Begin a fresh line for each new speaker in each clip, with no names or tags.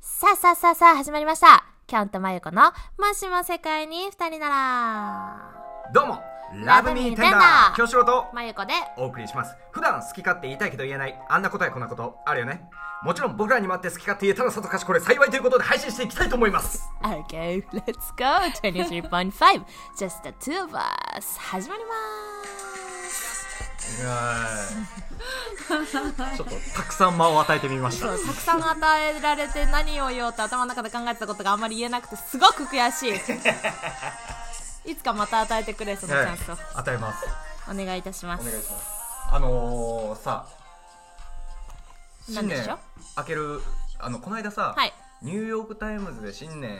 さあさあさあ始まりました。キャンとまゆこのもしも世界に二人なら。
どうもラブミーテンダー京志郎と
まゆこで、
お送りします普段好き勝手言いたいけど言えないあんなことやこんなことあるよねもちろん僕らにもあって好き勝手言えたらさとかしこれ幸いということで配信していきたいと思います
Okay, let's go!23.5! Just the two of us! 始まります
ちょっとたくさん間を与えてみました
そうたくさん与えられて何を言おうと頭の中で考えてたことがあんまり言えなくてすごく悔し いいつかまた与えてくれそのチャンスを
与えます
お願いいたしま
お
す
願いしますあのー、さ
なん
新
で
年
しょ
明けるあのこの間さ、
はい
ニューヨークタイムズで新年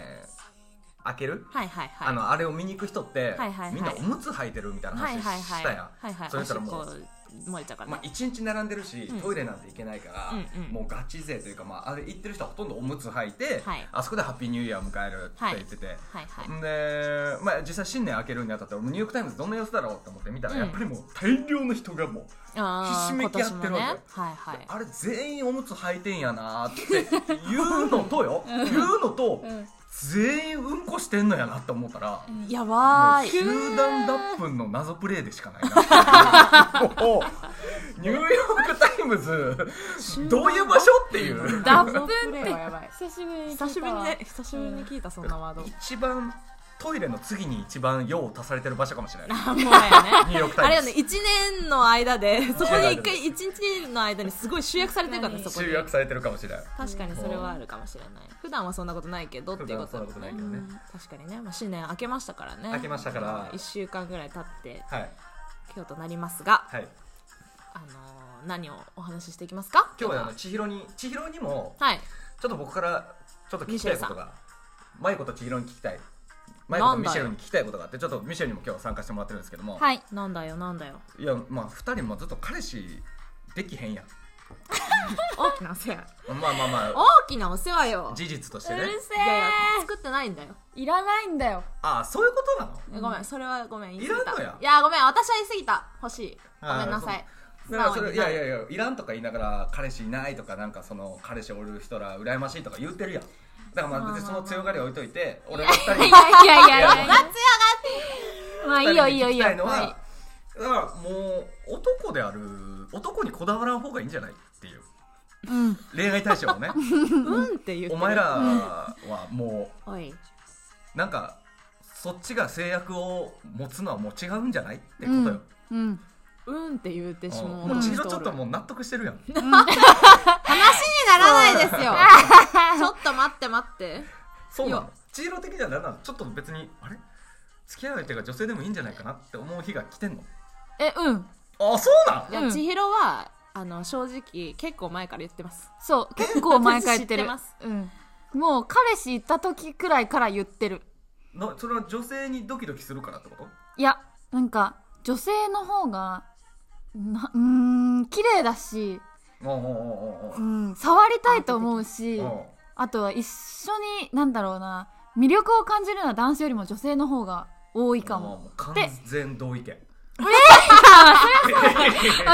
明ける
はいはいはい
あのあれを見に行く人って、
はいはいはい
みんなおむつ履いてるみたいな
はい
話
はいはい
したやん、
はいはい
それしたらも
おし
う、
っこ漏れちゃうからね
まあ、1日並んでるし、
ん
トイレなんて行けないから、
うんうん
もうガチ勢というか、まあ、あれ行ってる人はほとんどおむつ履いて、
はい
あそこでハッピーニューイヤーを迎えるって言ってて、
はいはい
んで、まあ、実際新年明けるにあたって俺もニューヨーク・タイムズどんな様子だろうって思って見たら、
うん
やっぱりもう大量の人がもう
あー
ひしめき合ってるわ
今
け
年もねはいはい
あれ全員おむつ履いてんやなーって言うのとよ言うのと、
ん
全員うんこしてんのやなって思ったら、
や
も
ば
う
い
集団脱粉の謎プレイでしかないな もうニューヨーク・タイムズどういう場所っていう
ダッ
プ
プンって
久しぶりに
久しぶりにね久しぶりに
い
聞いたそんなワード
一番トイレの次に一番用を足されてる場所かもしれない
あもうやね
ニューヨーク・
あれ
タイ
よ
ム
ね
ズ
1年の間でそこに1回1日の間にすごい集約されてるからねそこに
集約されてるかもしれない
確かにそれはあるかもしれない普段はそんなことないけどっていうことだもんね
普段はそんなことないけ
うん確かにね、まあ、新年明けましたからね
明けましたから
1週間ぐらい経って
はい
今日となりますが、
はい
あのー何をお話ししていきますか
今日はあの千尋に千尋にも
はい
ちょっと僕からちょっと聞きたいことがマイコと千尋に聞きたいマイコ
な
と
んだよ
ミシェルに聞きたいことがあってちょっとミシェルにも今日参加してもらってるんですけども、
はいなんだよなんだよ
いやまあ2人もずっと彼氏できへんやん
大きなお世話
まあまあま
大きなお世話よ
あ事実として
う
ね
るせ
いやいや
え
作ってないんだよ
いらないんだよ
ああそういうことなの
ごめんそれはごめん言い過ぎ
いらん
た
のや
やごめん私は言い過ぎた欲しいごめんなさい
だからそれい
素直
や
に
いやいやいらんとか言いながら彼氏いないとかなんかその彼氏おる人ら羨ましいとか言ってるやんだからまあ別にその強がり置いといて俺が2人に
いやいやいや
いや
まあいいよいいよいい
二人に聞き
よ
たいのは
は
だからもう男である男にこだわらん方がいいんじゃないっていう、恋愛対象をね
うんって言って
お前らはも
おいう
なんかそっちが制約を持つのはもう違うんじゃないってこと
う
よ、
んうん
うんって言ってし
うん
まう
もう千尋
人
ち
お
ょっ
る
ともう納得して るやん
話にならないですよ ちょっと待って待って
そうないの千尋的には何なのちょっと別にあれ付き合う相手が女性でもいいんじゃないかなって思う日が来てんの
えうん
あそうな
いや、
ん
うん
千尋はあの正直結構前から言ってます
そう結構前から言って
知って
る
ます
うんもう彼氏いた時くらいから言ってる
なそれは女性にドキドキするからってこと
いやなんか女性の方がなうーん綺麗だし、
おうおうおうおうお
う、
うん
触りたいと思うし
おう
あとは一緒になんだろうな魅力を感じるのは男性よりも女性の方が多いか
あー
も
う完全同意見
あ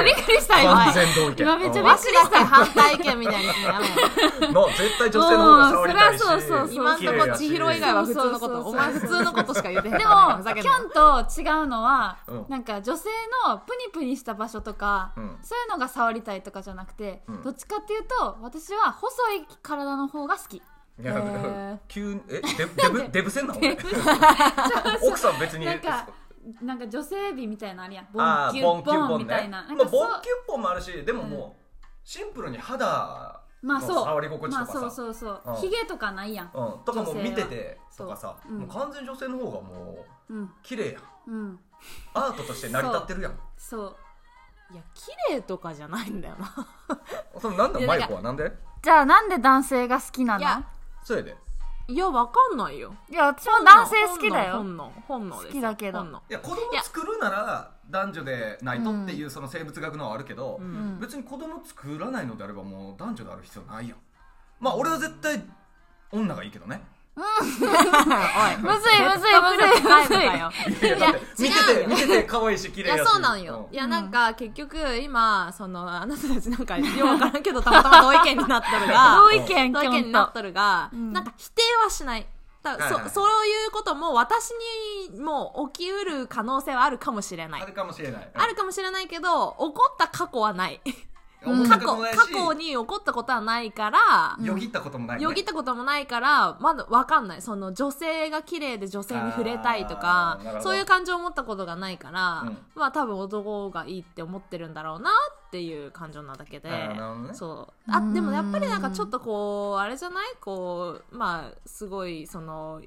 びっくりした今
完全同意見
今めっちゃびっ
わ
く
しだけ反対意見みたいにするのやめろ
うんな絶対女性の方が触りたいし
うんそりゃそうそうそ う
今んとこ千尋以外は普通のこと
そうそうそうそう
お前普通のことしか言 ってへん
で
からね
も
ふざ
キ
けんな
ャンと違うのは、
うん
なんか女性のプニプニした場所とか、
うん
そういうのが触りたいとかじゃなくて、
うん
どっちかっていうと私は細い体の方が好き
いや
へー
急にえデブデブデブせんな お前奥さん別に
なんかなんか女性美みたいなのあるやんボ
あ
ン
ー
キ
ボ
ュ
ン
ッ
キュッ
ボ
ボ
ン
ン
み
ね
たいな,、なん
ま
か
あ
そう
ボンキュッボンもあるしでももうシンプルに肌
まあ
の
そう
触り心地
ま
と
あそ
か
う
さ
そうそう
うん
ヒゲとかないやん
うんとかもう見ててとかさ
そううん
もう完全に女性の方がもう
うん
綺麗やん
うん
アートとして成り立ってるやん
そう
いや綺麗とかじゃないんだよな
それなんだ
いや
マ
なん
イ
か
コはなんで
じゃあなんで男性が好きなの
い
い
や
や
それで
いやわかんないよ
私も男性好きだよ
本能本能本能ですよ
好きだけど
本 能
いや子供作るなら男女でないとっていうその生物学のはあるけど、
うん
うん
別に子供作 らないのであればもう男女である必要ないやんまあ俺は絶対女がいいけどね
おい
むずいむずいむずい
説得力 ないのかよ
む
いやだって見て
違う
て
よ
見てて可愛いし綺
い
麗
や
し
そうなんよ、いや
うん
なんか結局今そのあなたたちなんかようわからんけどたまたま同意見になっとるが
ずい同意見
同意
今
見に
日
な
と
っとるが、
うん
なんか否定はしないだから
はいはいはい
そそういうことも私にも起きうる可能性はあるかもしれない
あるかもしれない
あるかもしれないけど怒った過去はない
思っ
過
た
去
こともないし
過去に起こったことはないから、
よぎったこともないね
よぎったこともないからまだわかんないその女性が綺麗で女性に触れたいとか
あーなるほど
そういう感情を持ったことがないから、
うん
まあ多分男がいいって思ってるんだろうなっていう感情なだけで
あーなるほどね
そうあ
うん
でもやっぱりなんかちょっとこうあれじゃないこうまあすごいその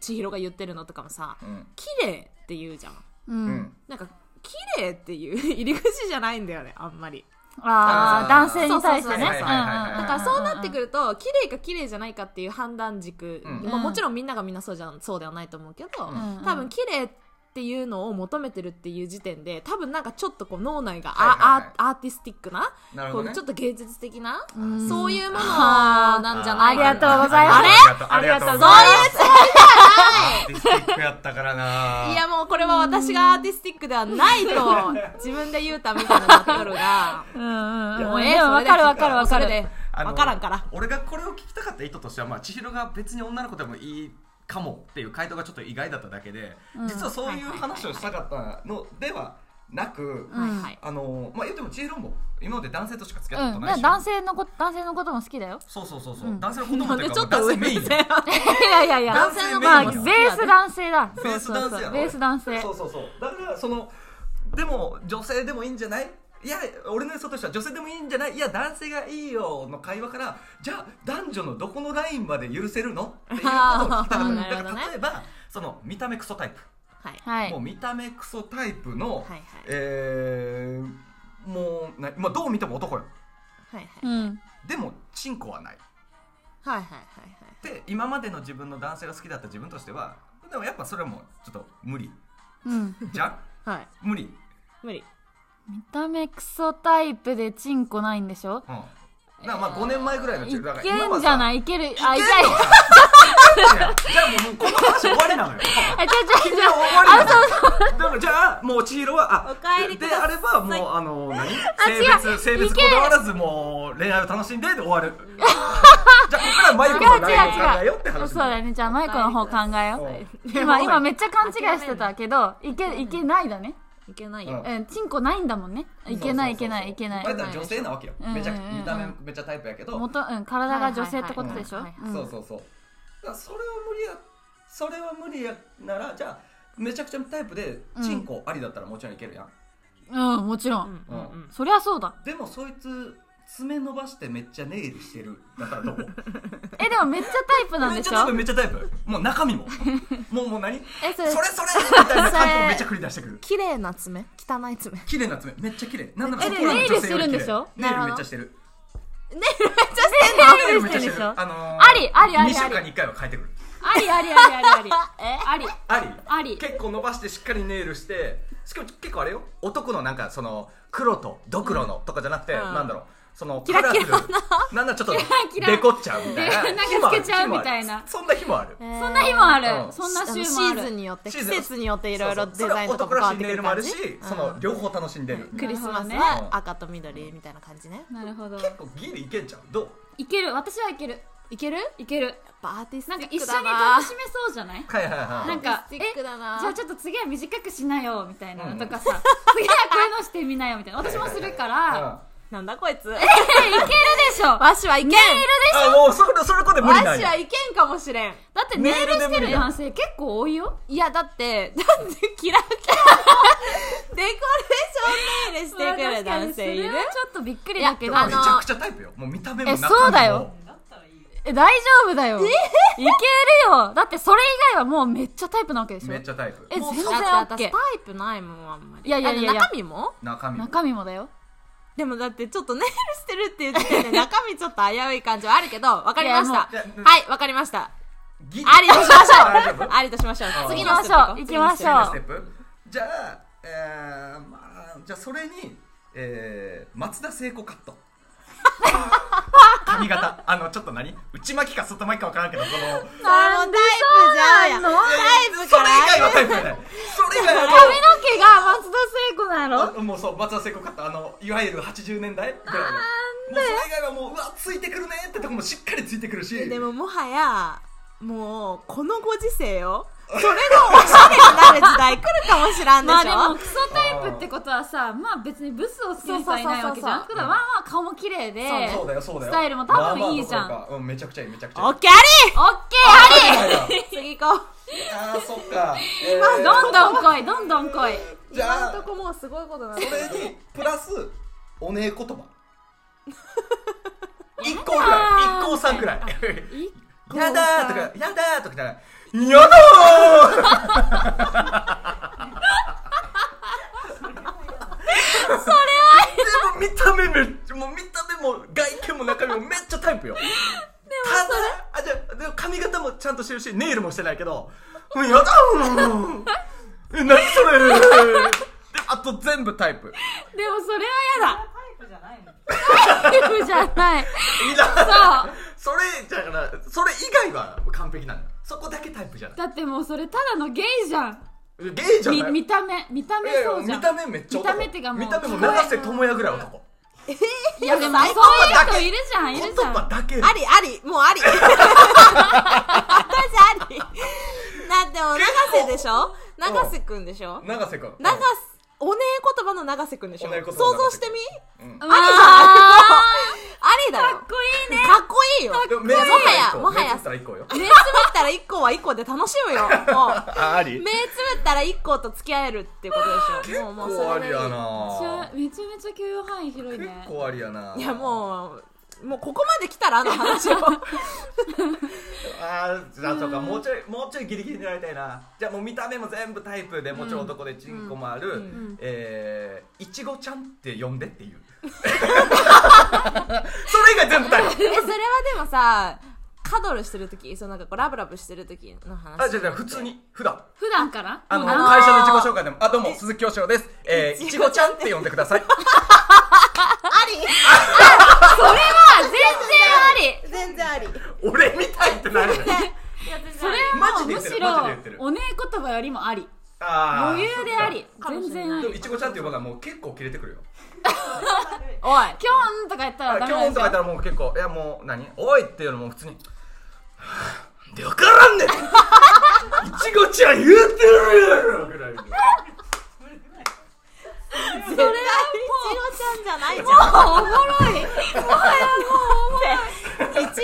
千尋が言ってるのとかもさ
うん
綺麗って言うじゃん
う
うんん
なんか綺麗っていう 入り口じゃないんだよねあんまり
あ
あ
あ
ー
男性に対し
そ
て
う
ね
そううそうそうんだ
ん
からそうなってく
る
ると綺麗か綺麗じゃないかっていう判断軸、
うん
まあ、もちろんみんながみんなそうじゃんそうではないと思うけど、
うん
多分綺麗っていうのを求めてるっていう時点で多分なんかちょっとこう脳内があ、
はいはいはい
アーアーティスティックな
なる
こ
ほど
う
ね
ちょっと芸術的な、
うん
そういうもの
はあ
なんじゃない
ありがとうございます
あれ
ありがとう
ありがとうござい
ございます
ますアーティスティックやったからない
やもうこれは私がアーティスティックではないと自分で言うたみたいになってくるが
うんうん
も
う
うんええ
でも
それ
分
で
かる分かる分かる
それで
あの
分からんから
俺がこれを聞きたかった意図としては、まあ、千尋が別に女の子でもいいかもっていう回答がちょっと意外だっただけで、
うん
実はそういう話をしたかったのではなく、
うん
はいはい
あのまあ、言っても千尋も今まで男性としか付き合った
う
こ
ん
とないし、
男性のこ男性のことも好きだよ
そうそうそうそう、
うん
男性のことも
な
っ
ん
て
で
いう
ち
か
ょっと
男
上
性メイ
目
ン
線あって
いやいやいや
男
性の
まあ
メ
ベ
イン
ース男性だ
ベース男性やろ
ベース男性
そうそうそうだからそのでも女性でもいいんじゃないいや俺の予想としては女性でもいいんじゃないいや男性がいいよの会話からじゃあ男女のどこのラインまで許せるのっていうことを聞きたか っ
なる
た
ほ
だ
どね
から例えばその見た目クソタイプ、
はい
はい
もう見た目クソタイプの、
はいはい
えーもうな、まあ、どう見ても男よ
はいはい
うん
でもチンコはない
はいはいはい
で今までの自分の男性が好きだった自分としてはでもやっぱそれはもうちょっと無理
うん
じゃん
はいはい
無理、
無理
見た目クソタイプでチンコないんでしょ
うん、だからまあ5年前ぐらいの
い
チ
け
ェックだから
んじゃないいけるあい け
いじゃあもうこの話終わり なのよ
あ、ちょちょ
じゃあ終わりなのよだからじゃあもう千尋はあ
お帰りください
であればもうあの何性
違う
別性別
い
こ
け
だわらずもう恋愛を楽しんでで終わるじゃあここからマイクの内容を考えようって
違う違 う
話
そうだねじゃあマイクの方考えよ
う
う今今めっちゃ勘違いしてたけどいけいけないだね
いけない
うん
よ
うんチンコないんだもんねいけないいけないいけない
だから女性なわけよめちゃく
うんうんうん
見た目めっちゃタイプやけど
元うん体が女性ってことでしょ
はいはいは
そうそうそうだからそれは無理やそれは無理やならじゃあめちゃくちゃタイプでチンコありだったらもちろんいけるやん
うんうんもち
う
ろ
んんうんうん
そりゃそうだ
でもそいつ爪伸ばしてめっちゃネイルしてるだからど う
えでもめっちゃタイプなん
めっ
で
ち
し
ゃタ
ょ
イプめっちゃタイプもう中身ももうもう何
えそ
そ
れ
れそれみたいな感じをめっちゃ繰り出してくる
綺麗な爪汚い 爪
綺麗な爪めっちゃ綺麗なんなら
えで
そこらの
ネイルしてるんでしょ
女性より綺麗ネイ
なる
ルめっ
ほど
ちゃしてる
ネイルしてるでしょ
あの
ありありあり
2週間に1回は変えてくる
ありありありありあり
あり
あり
結構伸ばしてしっかりネイルしてしかも結構あれよ男のなんかその黒とドクロのとかじゃなくて、
うん
なんだろうその
キラキラ
カラフル なんだちょっと
キラ
デコっちゃうみたいな
なんか
日もある
つけちゃうみたいな
日もあるそんな日もある、
そ
そんな日もあ
うん
るそんな週
シ
もあ
ーズン
る
によって
シ
季
ーズン
節によっていろいろ
そうそ
デ
う
ザインとか
そ
も
れ
変
は
わっ
男らしい
てく
ネイ
る
ルもあ
感
る
じ
し、その両方楽しんでる、
うんクリスマス
なる
ほどね
は赤と緑みたいな感じね
なるほど
結構ギリいけんじゃんどう
いける私はいけるいけるいける
やっぱアーティステ
なん
ィ
か
ッ
一緒
ク
に
だな
楽しめそうじゃない
はいはいはい
なんか
アーティスティックだな
じゃあちょっと次は短くしなよみたいな
うん
とかさ、次はこういうのしてみなよみたいな私もするから、
なんだこいつ
えいけるでしょ だ
わしはいけん
うん、あもうそれそれこで無理な
わ
ん
し
や
はいけんかもしれん
ってネイルしてる男性結構多いよ
いやだってだってキラキラデコレーションネイルしてくる男性いる
まあ確かにそれはちょっとびっくりだけど
いやあ
め
の
ちゃくちゃタイプよもう見た目も
え
中身も
そうだよえ大丈夫だよいけるよだってそれ以外はもうめっちゃタイプなわけでしょ
めっちゃタイプ
え
もう
全然
だって私タ
OK
イプないもんあんまり
いやいやいやい
あの
や
中身も
中身も
中身もだよ
でもだってちょっとネイル してるっていう時点で中身ちょっと危うい感じはあるけどわかりました
いやもう
はいわかりました
ギリ
ありとしまし
大丈
ょう
夫
ありとしましょう
あー
次のステップ
行きましょう行きましょう
ステップじゃあ、えー、まあじゃあそれに、えー、松田聖子カットカ髪型あのちょっと何内巻きか外巻きか分からんけどこの
それもタイプじゃうやん
なんでそうなんの
タイプ
そ
か
れ以外
ら
はタイプじゃないそれ以外は
髪の毛が松田聖子なの
あもうそう松田聖子かったあのいわゆる80年代ぐらいのもうそれ以外はもううわついてくるねってとこもしっかりついてくるし
でももはやもうこのご時世よそれがおしゃれになる時代来るかもしらんでし
ま
ょ
あでもクソタイプってことはさまあ別にブスを好きにされないわけじゃん
そうそうそうそう
ただまあまあ顔も綺麗で
そう
そうだよそうだよ
スタイルも多分いいじゃん
まあまあどころかうんめちゃくちゃいいめちゃくちゃいい
オッケーあ
オッケーあり
り
り次行こ
あーそっ かえー
どんどん来いどんどん来いう
じゃ
今ん
あ
とこもうすごいことなの
それにプラスおねえ言 葉一個ぐらい一個さんぐらい
個
やだーとかやだーとかじゃないやだーそれはでも見た目めっちゃもう見た目も外見も中身もめっちゃタイプよただあじゃあでも髪型もちゃんとしてるしネイルもしてないけどもうやだーえ何そ れであと全部タイプ
でもそれは嫌だタイプじゃないのタイプじ
いいな
ゃないそう
それじゃからそれ以外は完璧なのそこだけタイプじゃない
だってもうそれただのゲイじゃん
ゲイじゃ
み
ない
見た目見た目
いやいや
そうじゃん
見た目めっちゃ男
見た目っていうかもう
見た目も永瀬智也ぐらい男
いやでもそういう人いるじゃんい
言
るじゃん
葉だけ
ありありもうあり私ありだってもう永瀬でしょ
構
永瀬くんでしょ
永瀬君
永瀬おねえ言葉の永瀬くんでしょ
おねえ
想
言葉の永
像
瀬
し
く
て
ん
み
うん
あ
ありだよ
かっこいいね
かっこいいよ
でも
も
目つぶったら一個
はやもは
目つぶ
や
ったら一
目つぶったら1
個よ
個は1個で楽しむよもう
ああり
目つぶったら1個と付き合えるっていうことでしょ
結
もうもうそれ
構ありやな
めちゃめちゃ許容範囲広い
結
ね
構ありやない
いやもうもうここまで来たらあの話を
あーじゃあそうかもうちょいもうちょいギリギリ狙いたいなじゃあもう見た目も全部タイプでもちろん男でチンコもある、えー、いちごちゃんって呼んでっていうそれ以外全部タイ
え
プ
それはでもさカドルしてる時そのなんかこうラブラブしてる時の話
あじゃあじゃあ普通に普段
普段から
あの、
あのー
会社の自己紹介でも、あ、どうも、鈴木おしおです。えー、いちごちゃんって呼んでください。
あ
それは
り
全然あり
全然あり
俺みたいってなる。
それ
マ
はも
ジで言
うむ
って
し
る
ろ
マジで言ってる
おねえ言葉よりもあり
あ
余裕であり
かもし
全
れない
然あ
でも、
り
いちごちゃんって呼ぶのはもう結構切れてくるよ。
おい
キョンとかやったら
あ
ダメ
今日とか言った
なんで
らもう結構、いやもう何、おいっていうのも普通に、はぁでわからんねんいちごちゃん言うてるやろぐらいの。
それはもういちごちゃんじゃないじゃん
しょおもろい
いちごちゃんは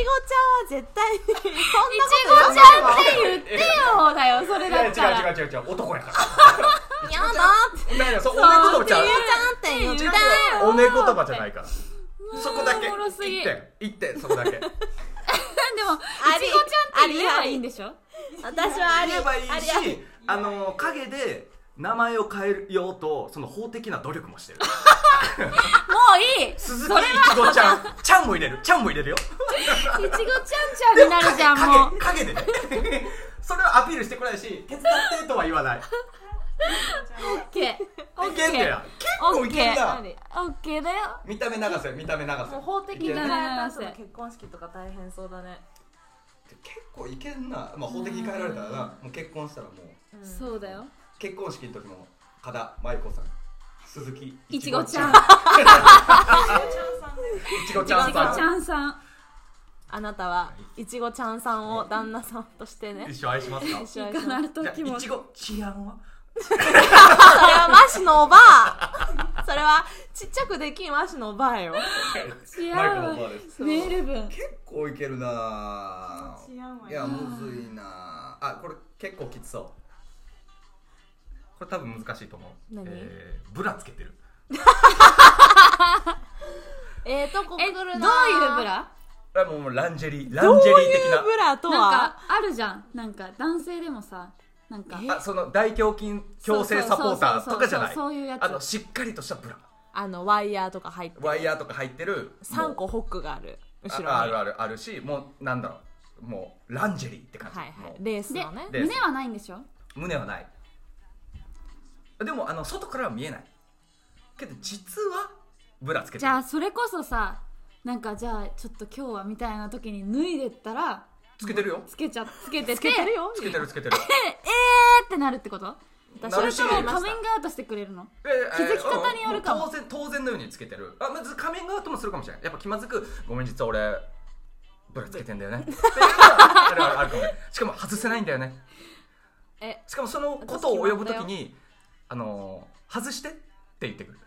絶対にそんなこと
いちごちゃんって言ってよだよそれ
いや
だ
違う
ったら
違う違う違う、男やから。
やだって
なんや、そう、おね言葉ち
い
ゃう。
ちごちゃんって言っ
違う違うおね言葉じゃないから。そこだけ。
おもろすぎ
一点、一点、そこだけ。
でもい
あり
ちごちゃんって言えばいいんでしょ
た私はあり
言えばいい
あり
し
あり
あの陰で名前を変えようとその法的な努力もしてる
もういい
鈴木いちごちゃんちゃんも入れるちゃんも入れるよ
いちごちゃんちゃんになるじゃん
で
もう
影影でね それはアピールしてこないし手伝ってとは言わない
オッケ ーオ
い
ッケ
けんだよ
ー
結構いけんな
オッケーだよ
見た目流せ見た目流せ
もう法的
いけん
な変え
な
た後の結婚式とか大変そうだね
結構いけんな、まあ、法的に変えられたらなもう結婚したらもう
そうだよ
結婚式の時も加田真由子さん鈴木
いちごちゃんい
いちごち
ち
ゃ
ご
ん
ち
さん
ゃんさん
あなたはいちごちゃんさんを旦那さんとしてね
一緒愛しますか
一緒に
かなるとき
じゃあ
も
いちご治安は
それはマシのおばあそれはちっちゃくできんマシのおばあよ
違う
マイクのオーバーです
メール文
結構いけるなぁいやむずいなぁあこれ結構きつそうこれ多分難しいと思う
何
えーブラつけてる
ええとこ来
え
るな
どういうブラ
あもうもうランジェリーラ
どう
ンジェリー
いうブ
的
ラと
なん
は
かあるじゃんなんか男性でもさなんか
なあその大胸筋強制サポーターとかじゃない
そうそうそうそうそういうやつ
あのしっかりとしたブラ
あのワイヤーとか入って
ワイヤーとか入ってる
3個
もう
ホックがある後ろに
ああるあるあるしもうなんだろうもうランジェリーって感じ、
はいは
も
いうレース
で
のね
です
胸はないんでしょ
胸はないでもあの外からは見えないけど実はブラつけてる
じゃあそれこそさなんかじゃあちょっと今日はみたいな時に脱いでったら
つけてるよ
つけちゃつけてて
つけてるよ
つけてるつ けてる
ええーってなるってことそ
なる
れ
し
ともカミングアウトしてくれるの
気
づき方によるかも
当然当然のようにつけてるあまず仮面がアウトもするかもしれないやっぱ気まずく「ごめん実は俺ブラつけてんだ よね」っていうのはあるあるあるかもねしかも外せないんだよね
え
しかもそのことを及ぶときに「あのー外して」って言ってくる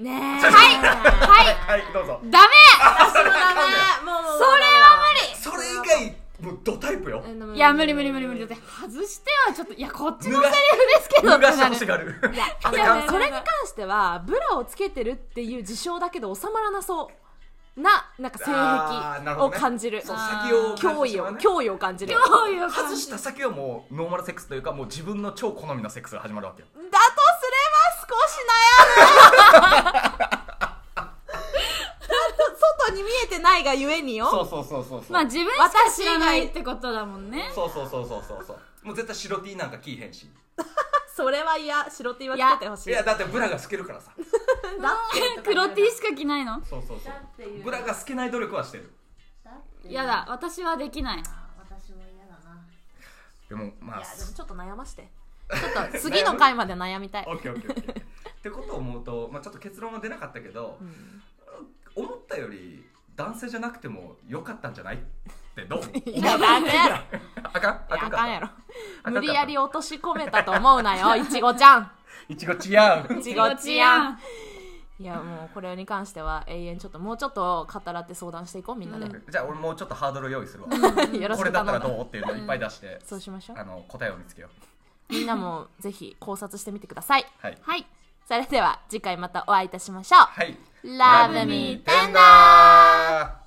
ねえ
はい
はい
どうぞ
ダメ
私もダメもうもう
それは
それ以外もうドタイプよ
無
いや無理無理無理無理だって外してはちょっといやこっちのセリフですけど
脱
っ
がし
て
て
な
ほ
る
しがる
いや
あれ
でも
か
それに関してはブラをつけてるっていう事象だけで収まらなそうななんか
あー
性
な
癖
るほど
を
ね
感じる
そう
あ
先
ー
を
脅
感じ
威
て
を
はね
脅威を感じるだ
どういう感
外
じ
した先はもうノーマルセックスというかもう自分の超好みのセックスが始まるわけよ
とすれば少し悩 むだと外に見えてないがゆえによ
そうそうそうそうそう
まあ自分しか知らないってことだもんね
そうそうそうそうそうそうもう絶対白 T なんか着いへんし
それは嫌白 T はつけてほし
い
い
やだってブラが透けるからさ
だって
黒 T しか着ないの
そうそうそ
だっていう
ブラが透けない努力はしてる
だって
やだ私はできない
私も嫌だな
でもま
い
あ
やでもちょっと悩ましてちょっと次の回まで悩みたい
オッケーオッケーオッケーってことを思うと、まあ、ちょっと結論は出なかったけど、思ったより男性じゃなくてもよかったんじゃないってどう
いやダメやろ
あかんあ
いや
か
あ
ん
かんや
ろ
ろ無理やり落とし込めたと思うな よいちごちゃん
いちごちやん
いちごちやんいやもうこれに関しては永遠ちょっともうちょっと語らって相談していこうみんなで、
じゃあ俺もうちょっとハードル用意するわ
よろし
こ
く
れ
頼ん
だったら
だ
どうっていうのをいっぱい出して、
そうしましょう
あの答えを見つけよう
みんなもぜひ考察してみてください
はい
はいそれでは次回またお会いいたしましょう
はい
ラブミーテンダー
ダー